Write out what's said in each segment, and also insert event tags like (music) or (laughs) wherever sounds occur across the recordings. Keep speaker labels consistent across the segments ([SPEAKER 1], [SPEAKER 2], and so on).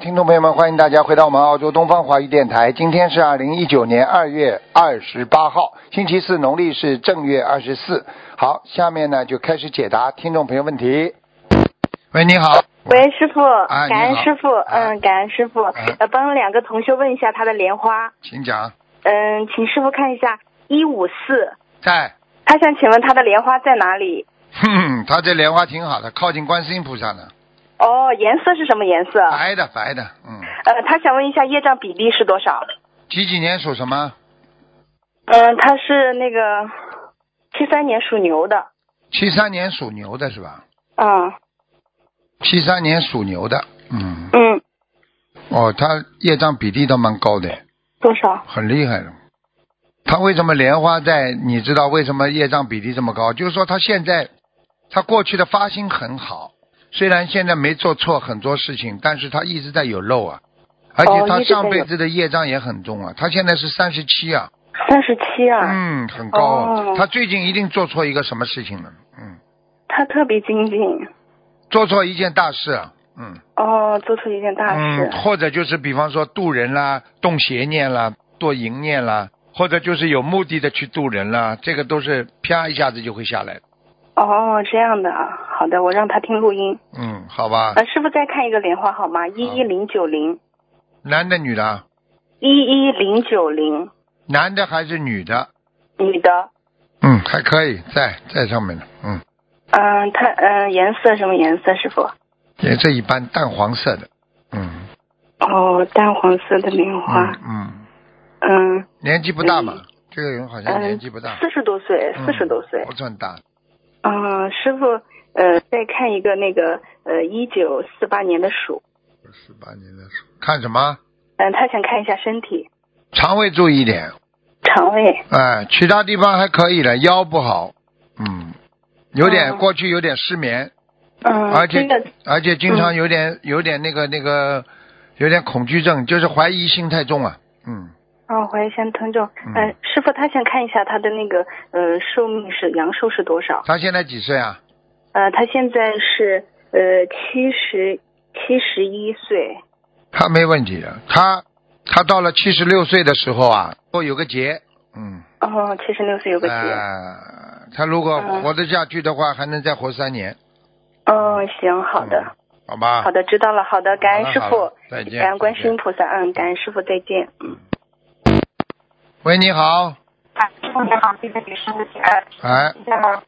[SPEAKER 1] 听众朋友们，欢迎大家回到我们澳洲东方华语电台。今天是二零一九年二月二十八号，星期四，农历是正月二十四。好，下面呢就开始解答听众朋友问题。喂，你好。
[SPEAKER 2] 喂，师傅，
[SPEAKER 1] 啊
[SPEAKER 2] 感
[SPEAKER 1] 你
[SPEAKER 2] 恩
[SPEAKER 1] 好
[SPEAKER 2] 师傅，
[SPEAKER 1] 啊
[SPEAKER 2] 嗯，感恩师傅，
[SPEAKER 1] 啊
[SPEAKER 2] 呃，帮两个同学问一下他的莲花，
[SPEAKER 1] 请讲。
[SPEAKER 2] 嗯，请师傅看一下一五四，
[SPEAKER 1] 在。
[SPEAKER 2] 他想请问他的莲花在哪里？
[SPEAKER 1] 哼，他这莲花挺好的，靠近观世音菩萨呢，
[SPEAKER 2] 哦，颜色是什么颜色？
[SPEAKER 1] 白的白的，嗯。
[SPEAKER 2] 呃，他想问一下业障比例是多少？
[SPEAKER 1] 几几年属什么？
[SPEAKER 2] 嗯，他是那个七三年属牛的，
[SPEAKER 1] 七三年属牛的是吧？
[SPEAKER 2] 嗯
[SPEAKER 1] 七三年属牛的，嗯，
[SPEAKER 2] 嗯，
[SPEAKER 1] 哦，他业障比例倒蛮高的，
[SPEAKER 2] 多少？
[SPEAKER 1] 很厉害的。他为什么莲花在？你知道为什么业障比例这么高？就是说他现在，他过去的发心很好，虽然现在没做错很多事情，但是他一直在有漏啊，而且
[SPEAKER 2] 哦
[SPEAKER 1] 他
[SPEAKER 2] 一直在
[SPEAKER 1] 上辈
[SPEAKER 2] 有
[SPEAKER 1] 子的业障也很重啊。他现在是三十七啊，
[SPEAKER 2] 三十七啊，
[SPEAKER 1] 嗯，很高啊、
[SPEAKER 2] 哦
[SPEAKER 1] 他最近一定做错一个什么事情了？嗯，
[SPEAKER 2] 他特别精进，
[SPEAKER 1] 做错一件大事啊。嗯
[SPEAKER 2] 哦，做出一件大事
[SPEAKER 1] 嗯，，或者就是比方说渡人啦、动邪念啦、做淫念啦，或者就是有目的的去渡人啦，这个都是啪一下子就会下来的。
[SPEAKER 2] 哦，这样的啊，好的，我让他听录音。
[SPEAKER 1] 嗯，好吧，
[SPEAKER 2] 呃，师傅再看一个莲花好
[SPEAKER 1] 啊
[SPEAKER 2] 吗？一一零九零，
[SPEAKER 1] 男的女的啊，
[SPEAKER 2] 一一零九零，
[SPEAKER 1] 男的还是女的？
[SPEAKER 2] 女的，
[SPEAKER 1] 嗯，还可以，在在上面呢。嗯，
[SPEAKER 2] 嗯、她嗯、颜色什么颜色，师傅？
[SPEAKER 1] 也这一般淡黄色的。嗯
[SPEAKER 2] 哦，淡黄色的莲
[SPEAKER 1] 嗯
[SPEAKER 2] 花，
[SPEAKER 1] 嗯，
[SPEAKER 2] 嗯
[SPEAKER 1] 年纪不大嘛，这个人好像
[SPEAKER 2] 嗯
[SPEAKER 1] 年纪不大，，
[SPEAKER 2] 四十、多岁，
[SPEAKER 1] 嗯
[SPEAKER 2] 四十多岁
[SPEAKER 1] 不，算大。
[SPEAKER 2] 嗯、师傅，呃，再看一个那个呃一九四八年的鼠，
[SPEAKER 1] 十八年的时候，看什么？
[SPEAKER 2] 嗯、他想看一下身体、
[SPEAKER 1] 肠胃注意一点，
[SPEAKER 2] 肠胃，
[SPEAKER 1] 哎，其他地方还可以了，腰不好，嗯，有点、
[SPEAKER 2] 哦
[SPEAKER 1] 过去有点失眠，
[SPEAKER 2] 嗯、
[SPEAKER 1] 而且
[SPEAKER 2] 这个，
[SPEAKER 1] 而且经常有
[SPEAKER 2] 嗯
[SPEAKER 1] 点、有点那个那个，有点恐惧症，就是怀疑心太重啊，嗯，
[SPEAKER 2] 哦，怀疑先疼重，嗯、
[SPEAKER 1] 嗯
[SPEAKER 2] 师傅他想看一下他的那个呃寿命是阳寿是多少？
[SPEAKER 1] 他现在几岁啊？
[SPEAKER 2] 呃，他现在是呃七十七十一岁。
[SPEAKER 1] 他没问题啊的，他他到了七十六岁的时候啊，会有个结，嗯，
[SPEAKER 2] 哦，七十六岁有个节。
[SPEAKER 1] 呃，他如果
[SPEAKER 2] 嗯
[SPEAKER 1] 活得下去的话，还能再活三年，嗯
[SPEAKER 2] 哦，行，好的，
[SPEAKER 1] 好吧？
[SPEAKER 2] 好的，知道了，好的，感
[SPEAKER 1] 好了
[SPEAKER 2] 恩师
[SPEAKER 1] 好
[SPEAKER 2] 傅
[SPEAKER 1] 了，再见
[SPEAKER 2] 感恩观
[SPEAKER 1] 再
[SPEAKER 2] 世
[SPEAKER 1] 见
[SPEAKER 2] 音菩萨，嗯，感恩师傅，再见。嗯
[SPEAKER 1] 喂，你好，
[SPEAKER 3] 啊，师傅你好，这个女士问题二，
[SPEAKER 1] 哎，
[SPEAKER 3] 你在吗？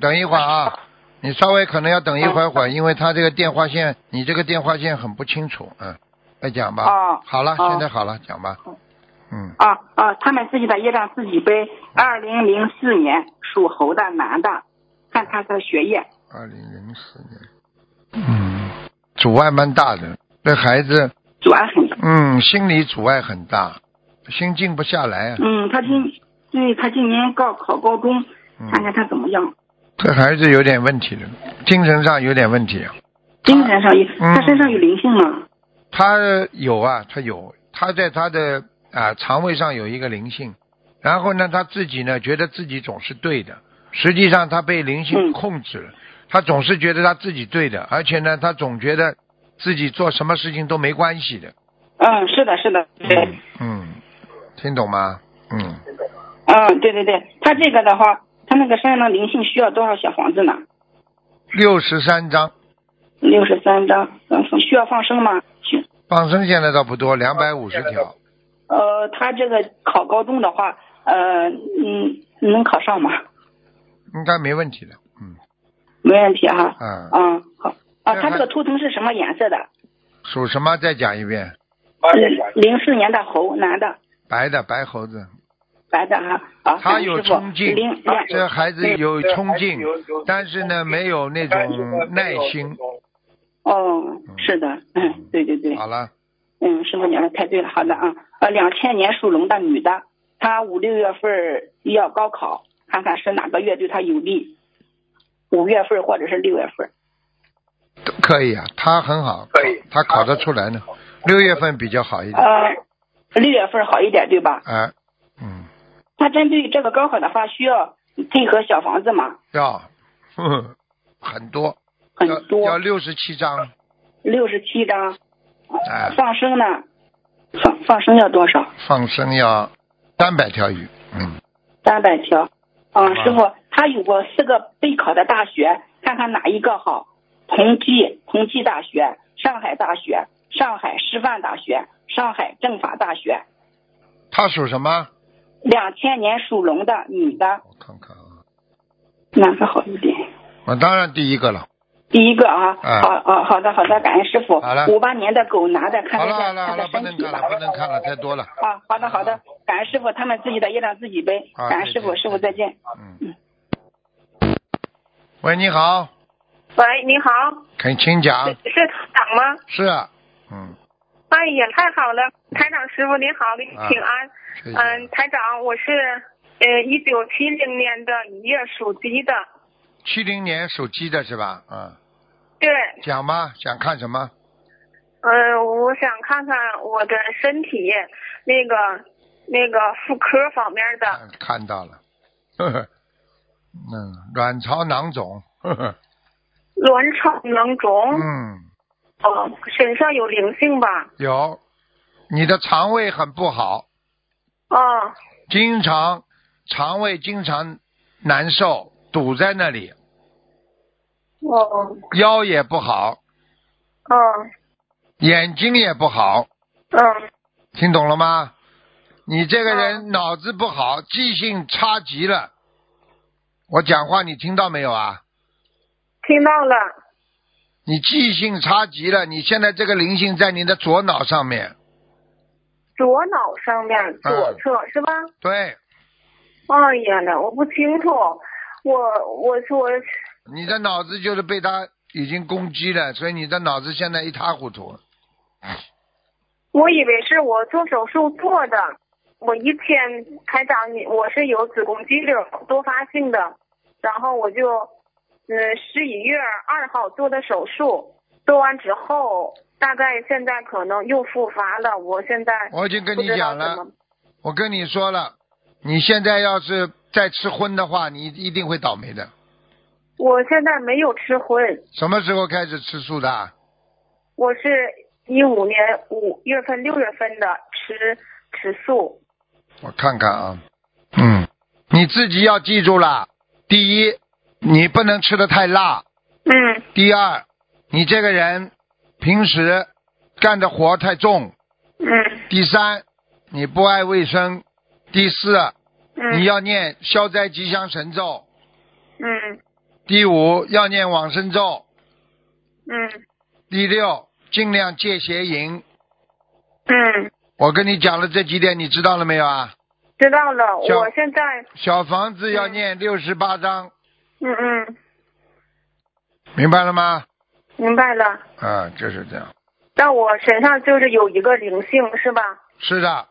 [SPEAKER 1] 等一会儿啊，你稍微可能要等一会儿会儿，因为他这个电话线，你这个电话线很不清楚，嗯，再讲吧。
[SPEAKER 3] 哦
[SPEAKER 1] 好了，
[SPEAKER 3] 哦
[SPEAKER 1] 现在好了，讲吧。嗯，
[SPEAKER 3] 啊啊，他们自己的业障自己背。二零零四年属猴的男的，看他的学业。
[SPEAKER 1] 二零零四年，嗯，阻碍蛮大的，这孩子，
[SPEAKER 3] 主安很大，
[SPEAKER 1] 嗯，心理阻碍很大，心静不下来啊。
[SPEAKER 3] 嗯，他今对他今年高考高中，看
[SPEAKER 1] 嗯，
[SPEAKER 3] 看他怎么样，
[SPEAKER 1] 这孩子有点问题的，精神上有点问题啊。
[SPEAKER 3] 精神上有，
[SPEAKER 1] 嗯
[SPEAKER 3] 他身上有灵性吗？
[SPEAKER 1] 他有啊，他有，他在他的啊、肠胃上有一个灵性，然后呢，他自己呢觉得自己总是对的，实际上他被灵性
[SPEAKER 3] 嗯
[SPEAKER 1] 控制了，他总是觉得他自己对的，而且呢，他总觉得自己做什么事情都没关系的。
[SPEAKER 3] 嗯，是的，是的，对，
[SPEAKER 1] 嗯，听懂吗？嗯，
[SPEAKER 3] 嗯，对对对，他这个的话，他那个身上的灵性需要多少小房子呢？
[SPEAKER 1] 六十三章
[SPEAKER 3] 六十三张，嗯，需要放生吗？需
[SPEAKER 1] 放生现在倒不多，两百五十条，
[SPEAKER 3] 呃，他这个考高中的话，呃，嗯，能考上吗？
[SPEAKER 1] 应该没问题的。嗯
[SPEAKER 3] 没问题哈。
[SPEAKER 1] 啊、
[SPEAKER 3] 嗯，好。
[SPEAKER 1] 那
[SPEAKER 3] 啊，
[SPEAKER 1] 他
[SPEAKER 3] 他这个图腾是什么颜色的？
[SPEAKER 1] 属什么？再讲一遍，
[SPEAKER 3] 零四年的猴，男的，
[SPEAKER 1] 白的白猴子。
[SPEAKER 3] 白的哈。啊，
[SPEAKER 1] 他有
[SPEAKER 3] 感
[SPEAKER 1] 冲
[SPEAKER 3] 恩师傅
[SPEAKER 1] 劲
[SPEAKER 3] 零两，
[SPEAKER 1] 这孩子有冲劲
[SPEAKER 4] 有有，
[SPEAKER 1] 但是呢，没有那种耐心。
[SPEAKER 3] 哦，是的，嗯， (laughs) 对对对，
[SPEAKER 1] 好了，
[SPEAKER 3] 嗯，师傅讲的太对了，好的啊。呃，两千年属龙的女的，她五六月份儿要高考，看看是哪个月对她有利，五月份儿或者是六月份儿。
[SPEAKER 1] 都可以啊，他很好，
[SPEAKER 4] 可以
[SPEAKER 1] 他考得出来呢。六月份比较好一点，
[SPEAKER 3] 呃，六月份儿好一点，对吧？
[SPEAKER 1] 哎，嗯，
[SPEAKER 3] 他针对这个高考的话，需要配合小房子嘛，
[SPEAKER 1] 要呵呵很多，
[SPEAKER 3] 很
[SPEAKER 1] 要要
[SPEAKER 3] 多
[SPEAKER 1] 六十七张，
[SPEAKER 3] 六十七张。
[SPEAKER 1] 哎，
[SPEAKER 3] 放生呢？放放生要多少？
[SPEAKER 1] 放生要三百条鱼，嗯，
[SPEAKER 3] 三百条。嗯，
[SPEAKER 1] 啊
[SPEAKER 3] 师傅，他有过四个备考的大学，看看哪一个好？同济同济大学、上海大学、上海师范大学、上海政法大学。
[SPEAKER 1] 他属什么？
[SPEAKER 3] 两千年属龙的女的，
[SPEAKER 1] 我看看啊，
[SPEAKER 3] 哪个好一点？
[SPEAKER 1] 我当然第一个了。
[SPEAKER 3] 第一个啊，
[SPEAKER 1] 嗯
[SPEAKER 3] 好哦，好的好的，感恩师傅。
[SPEAKER 1] 好了
[SPEAKER 3] 五八年的狗拿的，看
[SPEAKER 1] 好
[SPEAKER 3] 看
[SPEAKER 1] 了好了好
[SPEAKER 3] 看看
[SPEAKER 1] 了，
[SPEAKER 3] 看
[SPEAKER 1] 不
[SPEAKER 3] 身
[SPEAKER 1] 能
[SPEAKER 3] 体
[SPEAKER 1] 看
[SPEAKER 3] 吧
[SPEAKER 1] 了。不能看了，太多了。
[SPEAKER 3] 啊，好的好的，感恩师傅，他们自己的业障自己背。
[SPEAKER 1] 啊
[SPEAKER 3] 感恩师傅，
[SPEAKER 1] 对对
[SPEAKER 3] 师傅再见。
[SPEAKER 1] 嗯。
[SPEAKER 3] 嗯
[SPEAKER 1] 喂，你好，
[SPEAKER 4] 喂，你好，
[SPEAKER 1] 肯请讲。
[SPEAKER 4] 是是台长吗？
[SPEAKER 1] 是啊，嗯，
[SPEAKER 4] 哎呀，太好了，台长师傅您好，给你请安。
[SPEAKER 1] 谢
[SPEAKER 4] 嗯、
[SPEAKER 1] 谢。
[SPEAKER 4] 台长，我是呃一九七零年的一月属鸡的，
[SPEAKER 1] 七零年属鸡的是吧？嗯，
[SPEAKER 4] 对，
[SPEAKER 1] 讲吧，想看什么？
[SPEAKER 4] 嗯、我想看看我的身体那个那个妇科方面的，
[SPEAKER 1] 看看到了， (laughs) 呵呵，嗯，卵巢囊肿， (laughs) 呵呵，
[SPEAKER 4] 卵巢囊肿，
[SPEAKER 1] 嗯，
[SPEAKER 4] 哦，身上有灵性吧？
[SPEAKER 1] 有，你的肠胃很不好，
[SPEAKER 4] 哦，
[SPEAKER 1] 经常肠胃经常难受，堵在那里，
[SPEAKER 4] 哦，
[SPEAKER 1] 腰也不好，
[SPEAKER 4] 哦，
[SPEAKER 1] 眼睛也不好，
[SPEAKER 4] 嗯，
[SPEAKER 1] 听懂了吗？你这个人脑子不好，记性差极了。我讲话你听到没有啊？
[SPEAKER 4] 听到了，
[SPEAKER 1] 你记性差极了，你现在这个灵性在你的左脑上面，
[SPEAKER 4] 左脑上面左
[SPEAKER 1] 嗯
[SPEAKER 4] 侧、是吧？
[SPEAKER 1] 对，
[SPEAKER 4] 哎呀那我不清楚，我我我
[SPEAKER 1] 你的脑子就是被他已经攻击了，所以你的脑子现在一塌糊涂。
[SPEAKER 4] 我以为是我做手术做的，我一天台长你我是有子宫肌瘤多发性的，然后我就嗯十一月二号做的手术，做完之后大概现在可能又复发了，我现在
[SPEAKER 1] 我已经跟
[SPEAKER 4] 不
[SPEAKER 1] 你
[SPEAKER 4] 知道
[SPEAKER 1] 讲
[SPEAKER 4] 怎
[SPEAKER 1] 了
[SPEAKER 4] 么，
[SPEAKER 1] 我跟你说了，你现在要是再吃荤的话，你一定会倒霉的。
[SPEAKER 4] 我现在没有吃荤，
[SPEAKER 1] 什么时候开始吃素的啊？
[SPEAKER 4] 我是一五年五月份六月份的吃吃素，
[SPEAKER 1] 我看看啊，嗯，你自己要记住了，第一，你不能吃的太辣；
[SPEAKER 4] 嗯
[SPEAKER 1] 第二，你这个人平时干的活太重；
[SPEAKER 4] 嗯
[SPEAKER 1] 第三，你不爱卫生；第四，
[SPEAKER 4] 嗯，
[SPEAKER 1] 你要念消灾吉祥神咒；
[SPEAKER 4] 嗯
[SPEAKER 1] 第五，要念往生咒；
[SPEAKER 4] 嗯
[SPEAKER 1] 第六，尽量戒邪淫。
[SPEAKER 4] 嗯，
[SPEAKER 1] 我跟你讲了这几点，你知道了没有啊？
[SPEAKER 4] 知道了。
[SPEAKER 1] 行
[SPEAKER 4] 我现在，
[SPEAKER 1] 小房子要
[SPEAKER 4] 嗯
[SPEAKER 1] 念六十八章，
[SPEAKER 4] 嗯嗯，
[SPEAKER 1] 明白了吗？
[SPEAKER 4] 明白了。
[SPEAKER 1] 啊，就是这样。
[SPEAKER 4] 那我身上就是有一个灵性，是吧？
[SPEAKER 1] 是的，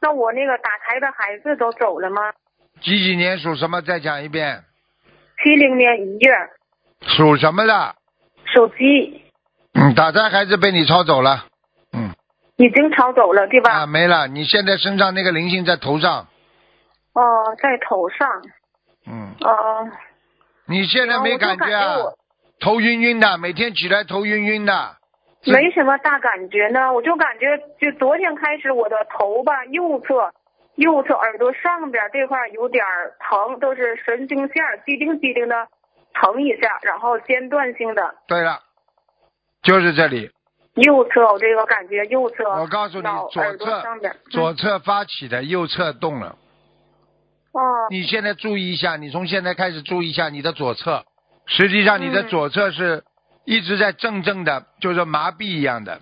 [SPEAKER 4] 那我那个打胎的孩子都走了吗？
[SPEAKER 1] 几几年属什么？再讲一遍，
[SPEAKER 4] 七零年一月，
[SPEAKER 1] 属什么的？
[SPEAKER 4] 手机
[SPEAKER 1] 嗯，打胎孩子被你抄走了。嗯，
[SPEAKER 4] 已经抄走了，对
[SPEAKER 1] 啊，
[SPEAKER 4] 吧？
[SPEAKER 1] 没了。你现在身上那个灵性在头上。
[SPEAKER 4] 哦，在头上，
[SPEAKER 1] 嗯，
[SPEAKER 4] 哦，
[SPEAKER 1] 你现在
[SPEAKER 4] 然后
[SPEAKER 1] 没
[SPEAKER 4] 嗯我就
[SPEAKER 1] 感
[SPEAKER 4] 感
[SPEAKER 1] 觉啊？
[SPEAKER 4] 我
[SPEAKER 1] 头晕晕的，每天起来头晕晕的。是
[SPEAKER 4] 没什么大感觉呢，我就感觉就昨天开始我的头吧，右侧右侧耳朵上边这块儿有点儿疼，都是神经线儿机灵机灵的疼一下，然后间断性的
[SPEAKER 1] 对了，就是这里，
[SPEAKER 4] 右侧我这个感觉右侧，
[SPEAKER 1] 我告诉你
[SPEAKER 4] 脑
[SPEAKER 1] 左
[SPEAKER 4] 哦耳朵
[SPEAKER 1] 侧
[SPEAKER 4] 上边
[SPEAKER 1] 左侧发起的，右侧动了。
[SPEAKER 4] 嗯哦
[SPEAKER 1] 你现在注意一下，你从现在开始注意一下你的左侧。实际上，你的
[SPEAKER 4] 嗯
[SPEAKER 1] 左侧是一直在正正的，就是麻痹一样的，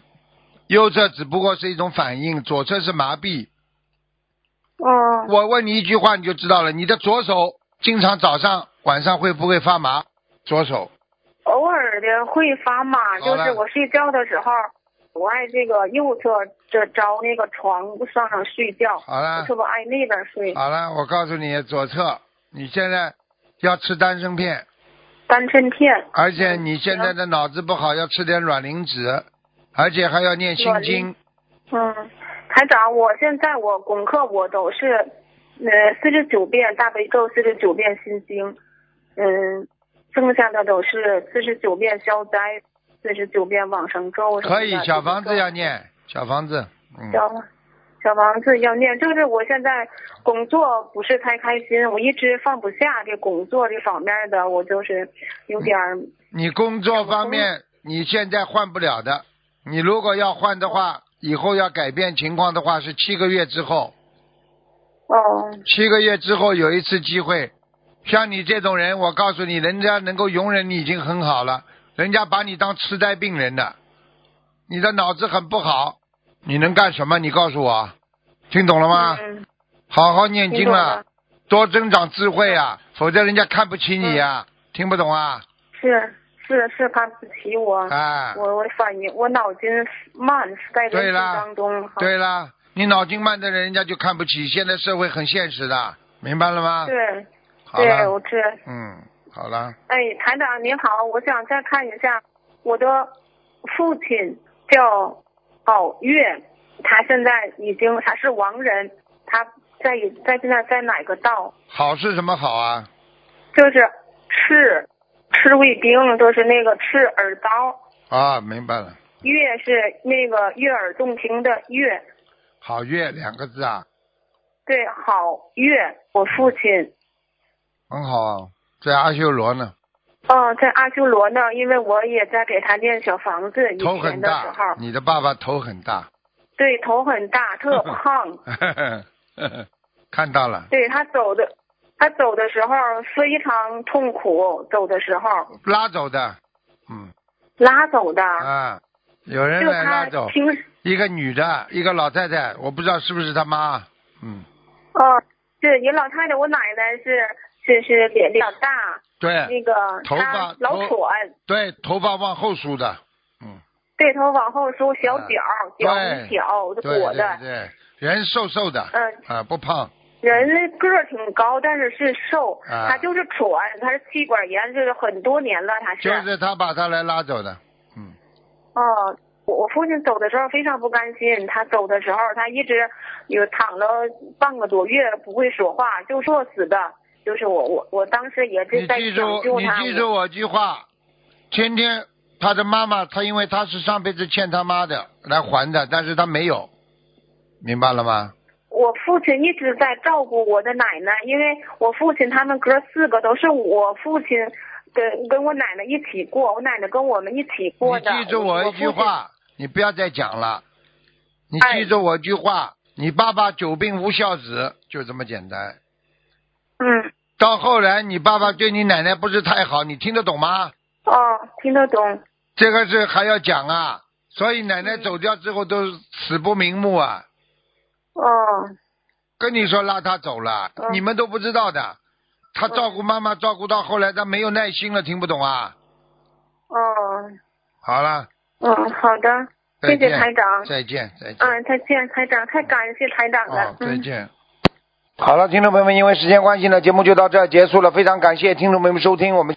[SPEAKER 1] 右侧只不过是一种反应，左侧是麻痹。
[SPEAKER 4] 哦
[SPEAKER 1] 我问你一句话，你就知道了。你的左手经常早上、晚上会不会发麻？左手
[SPEAKER 4] 偶尔的会发麻，
[SPEAKER 1] 好
[SPEAKER 4] 就
[SPEAKER 1] 了
[SPEAKER 4] 是我睡觉的时候，我爱这个右侧这着那个床上睡觉，
[SPEAKER 1] 好了
[SPEAKER 4] 我特别爱那边睡，
[SPEAKER 1] 好了，我告诉你，左侧你现在要吃丹参片，
[SPEAKER 4] 丹参片。
[SPEAKER 1] 而且
[SPEAKER 4] 嗯
[SPEAKER 1] 你现在的脑子不好，要吃点卵磷脂，而且还要念心
[SPEAKER 4] 卵
[SPEAKER 1] 经
[SPEAKER 4] 磷。嗯，台长，我现在我功课我都是，呃，四十九遍大悲咒，四十九遍心经，嗯，剩下的都是四十九遍消灾，四四十九遍往生咒什么的。
[SPEAKER 1] 可以
[SPEAKER 4] 就，是
[SPEAKER 1] 小房
[SPEAKER 4] 说
[SPEAKER 1] 子要念，小房子，嗯，
[SPEAKER 4] 小小房子要念，就是我现在工作不是太开心，我一直放不下这工作这方面的，我就是有点儿
[SPEAKER 1] 你工作方面你现在换不了的，你如果要换的话，以后要改变情况的话是七个月之后，
[SPEAKER 4] 哦，
[SPEAKER 1] 七个月之后有一次机会。像你这种人，我告诉你，人家能够容忍你已经很好了，人家把你当痴呆病人的，你的脑子很不好，你能干什么？你告诉我，听懂了吗？
[SPEAKER 4] 嗯，
[SPEAKER 1] 好好念经
[SPEAKER 4] 听懂
[SPEAKER 1] 了
[SPEAKER 4] 了，
[SPEAKER 1] 多增长智慧啊，
[SPEAKER 4] 嗯
[SPEAKER 1] 否则人家看不起你呀、听不懂啊？
[SPEAKER 4] 是是是看不起我，
[SPEAKER 1] 啊，
[SPEAKER 4] 嗯我我反应我脑筋慢，是在
[SPEAKER 1] 对
[SPEAKER 4] 人
[SPEAKER 1] 啦
[SPEAKER 4] 当中，
[SPEAKER 1] 对啦，你脑筋慢的人，人家就看不起。现在社会很现实的，明白了吗？
[SPEAKER 4] 对
[SPEAKER 1] 好
[SPEAKER 4] 对，
[SPEAKER 1] 了，
[SPEAKER 4] 我知。
[SPEAKER 1] 嗯，好了，
[SPEAKER 4] 哎，台长您好，我想再看一下我的父亲叫郝月，他现在已经他是亡人，他在在现在在哪个道？
[SPEAKER 1] 好是什么好啊？
[SPEAKER 4] 就是赤赤卫兵，就是那个赤耳刀，
[SPEAKER 1] 啊，明白了，
[SPEAKER 4] 月是那个悦耳动听的悦，
[SPEAKER 1] 好月两个字啊，
[SPEAKER 4] 对，郝月，我父亲。
[SPEAKER 1] 很好啊，在阿修罗呢，
[SPEAKER 4] 哦，在阿修罗呢，因为我也在给他念小房子，以
[SPEAKER 1] 头
[SPEAKER 4] 前
[SPEAKER 1] 很
[SPEAKER 4] 的时
[SPEAKER 1] 大
[SPEAKER 4] 候，，
[SPEAKER 1] 你的爸爸头很大， (laughs)
[SPEAKER 4] 对，头很大，特胖，
[SPEAKER 1] 看到了，
[SPEAKER 4] 对他走的，他走的时候非常痛苦，走的时候
[SPEAKER 1] 拉走的，嗯
[SPEAKER 4] 拉走的，
[SPEAKER 1] 啊，有人
[SPEAKER 4] 就
[SPEAKER 1] 来
[SPEAKER 4] 他
[SPEAKER 1] 拉走，
[SPEAKER 4] 平
[SPEAKER 1] 一个女的，一个老太太，我不知道是不是他妈，嗯，
[SPEAKER 4] 哦，是人老太太，我奶奶是是是脸比较大，
[SPEAKER 1] 对
[SPEAKER 4] 那个
[SPEAKER 1] 哎头发
[SPEAKER 4] 她老
[SPEAKER 1] 头
[SPEAKER 4] 喘，
[SPEAKER 1] 对，头发往后梳的，嗯。
[SPEAKER 4] 对头往后梳小
[SPEAKER 1] 啊
[SPEAKER 4] 脚，脚
[SPEAKER 1] 对
[SPEAKER 4] 一脚
[SPEAKER 1] 对
[SPEAKER 4] 裹的
[SPEAKER 1] 对，对，人瘦瘦的，
[SPEAKER 4] 嗯
[SPEAKER 1] 啊，不胖，
[SPEAKER 4] 人个儿挺高，但是是瘦，
[SPEAKER 1] 啊
[SPEAKER 4] 他就是喘，他是气管炎，就是很多年了，他是。啊
[SPEAKER 1] 就是他把他来拉走的，嗯，
[SPEAKER 4] 哦，我我父亲走的时候非常不甘心，他走的时候他一直有躺了半个多月不会说话，就作死的。就是我我我当时也
[SPEAKER 1] 你
[SPEAKER 4] 是在
[SPEAKER 1] 记
[SPEAKER 4] 抢救
[SPEAKER 1] 住，你
[SPEAKER 4] 他。
[SPEAKER 1] 记住我句话，天天他的妈妈，他因为他是上辈子欠他妈的来还的，但是他没有，明白了吗？
[SPEAKER 4] 我父亲一直在照顾我的奶奶，因为我父亲他们哥四个都是我父亲跟跟我奶奶一起过，我奶奶跟我们一起过
[SPEAKER 1] 你
[SPEAKER 4] 的。
[SPEAKER 1] 记住我一句
[SPEAKER 4] 父亲。
[SPEAKER 1] 话，你不要再讲了，你
[SPEAKER 4] 哎
[SPEAKER 1] 记住我一句话，你爸爸久病无孝子，就这么简单。
[SPEAKER 4] 嗯，
[SPEAKER 1] 到后来，你爸爸对你奶奶不是太好，你听得懂吗？
[SPEAKER 4] 哦，听得懂。
[SPEAKER 1] 这个是还要讲啊，所以奶奶
[SPEAKER 4] 嗯
[SPEAKER 1] 走掉之后都死不瞑目啊，
[SPEAKER 4] 哦，
[SPEAKER 1] 跟你说拉他走了，
[SPEAKER 4] 嗯
[SPEAKER 1] 你们都不知道的。他照顾妈妈，照顾到后来他没有耐心了，听不懂啊。
[SPEAKER 4] 哦，
[SPEAKER 1] 好了，
[SPEAKER 4] 嗯，好的，
[SPEAKER 1] 再
[SPEAKER 4] 谢
[SPEAKER 1] 见，
[SPEAKER 4] 谢台长。
[SPEAKER 1] 再见，再见。
[SPEAKER 4] 嗯，再见，台长，太感谢台长了
[SPEAKER 1] 哦。，
[SPEAKER 4] 嗯。
[SPEAKER 1] 再见。好了，听众朋友们，因为时间关系呢，节目就到这儿结束了。非常感谢听众朋友们收听我们。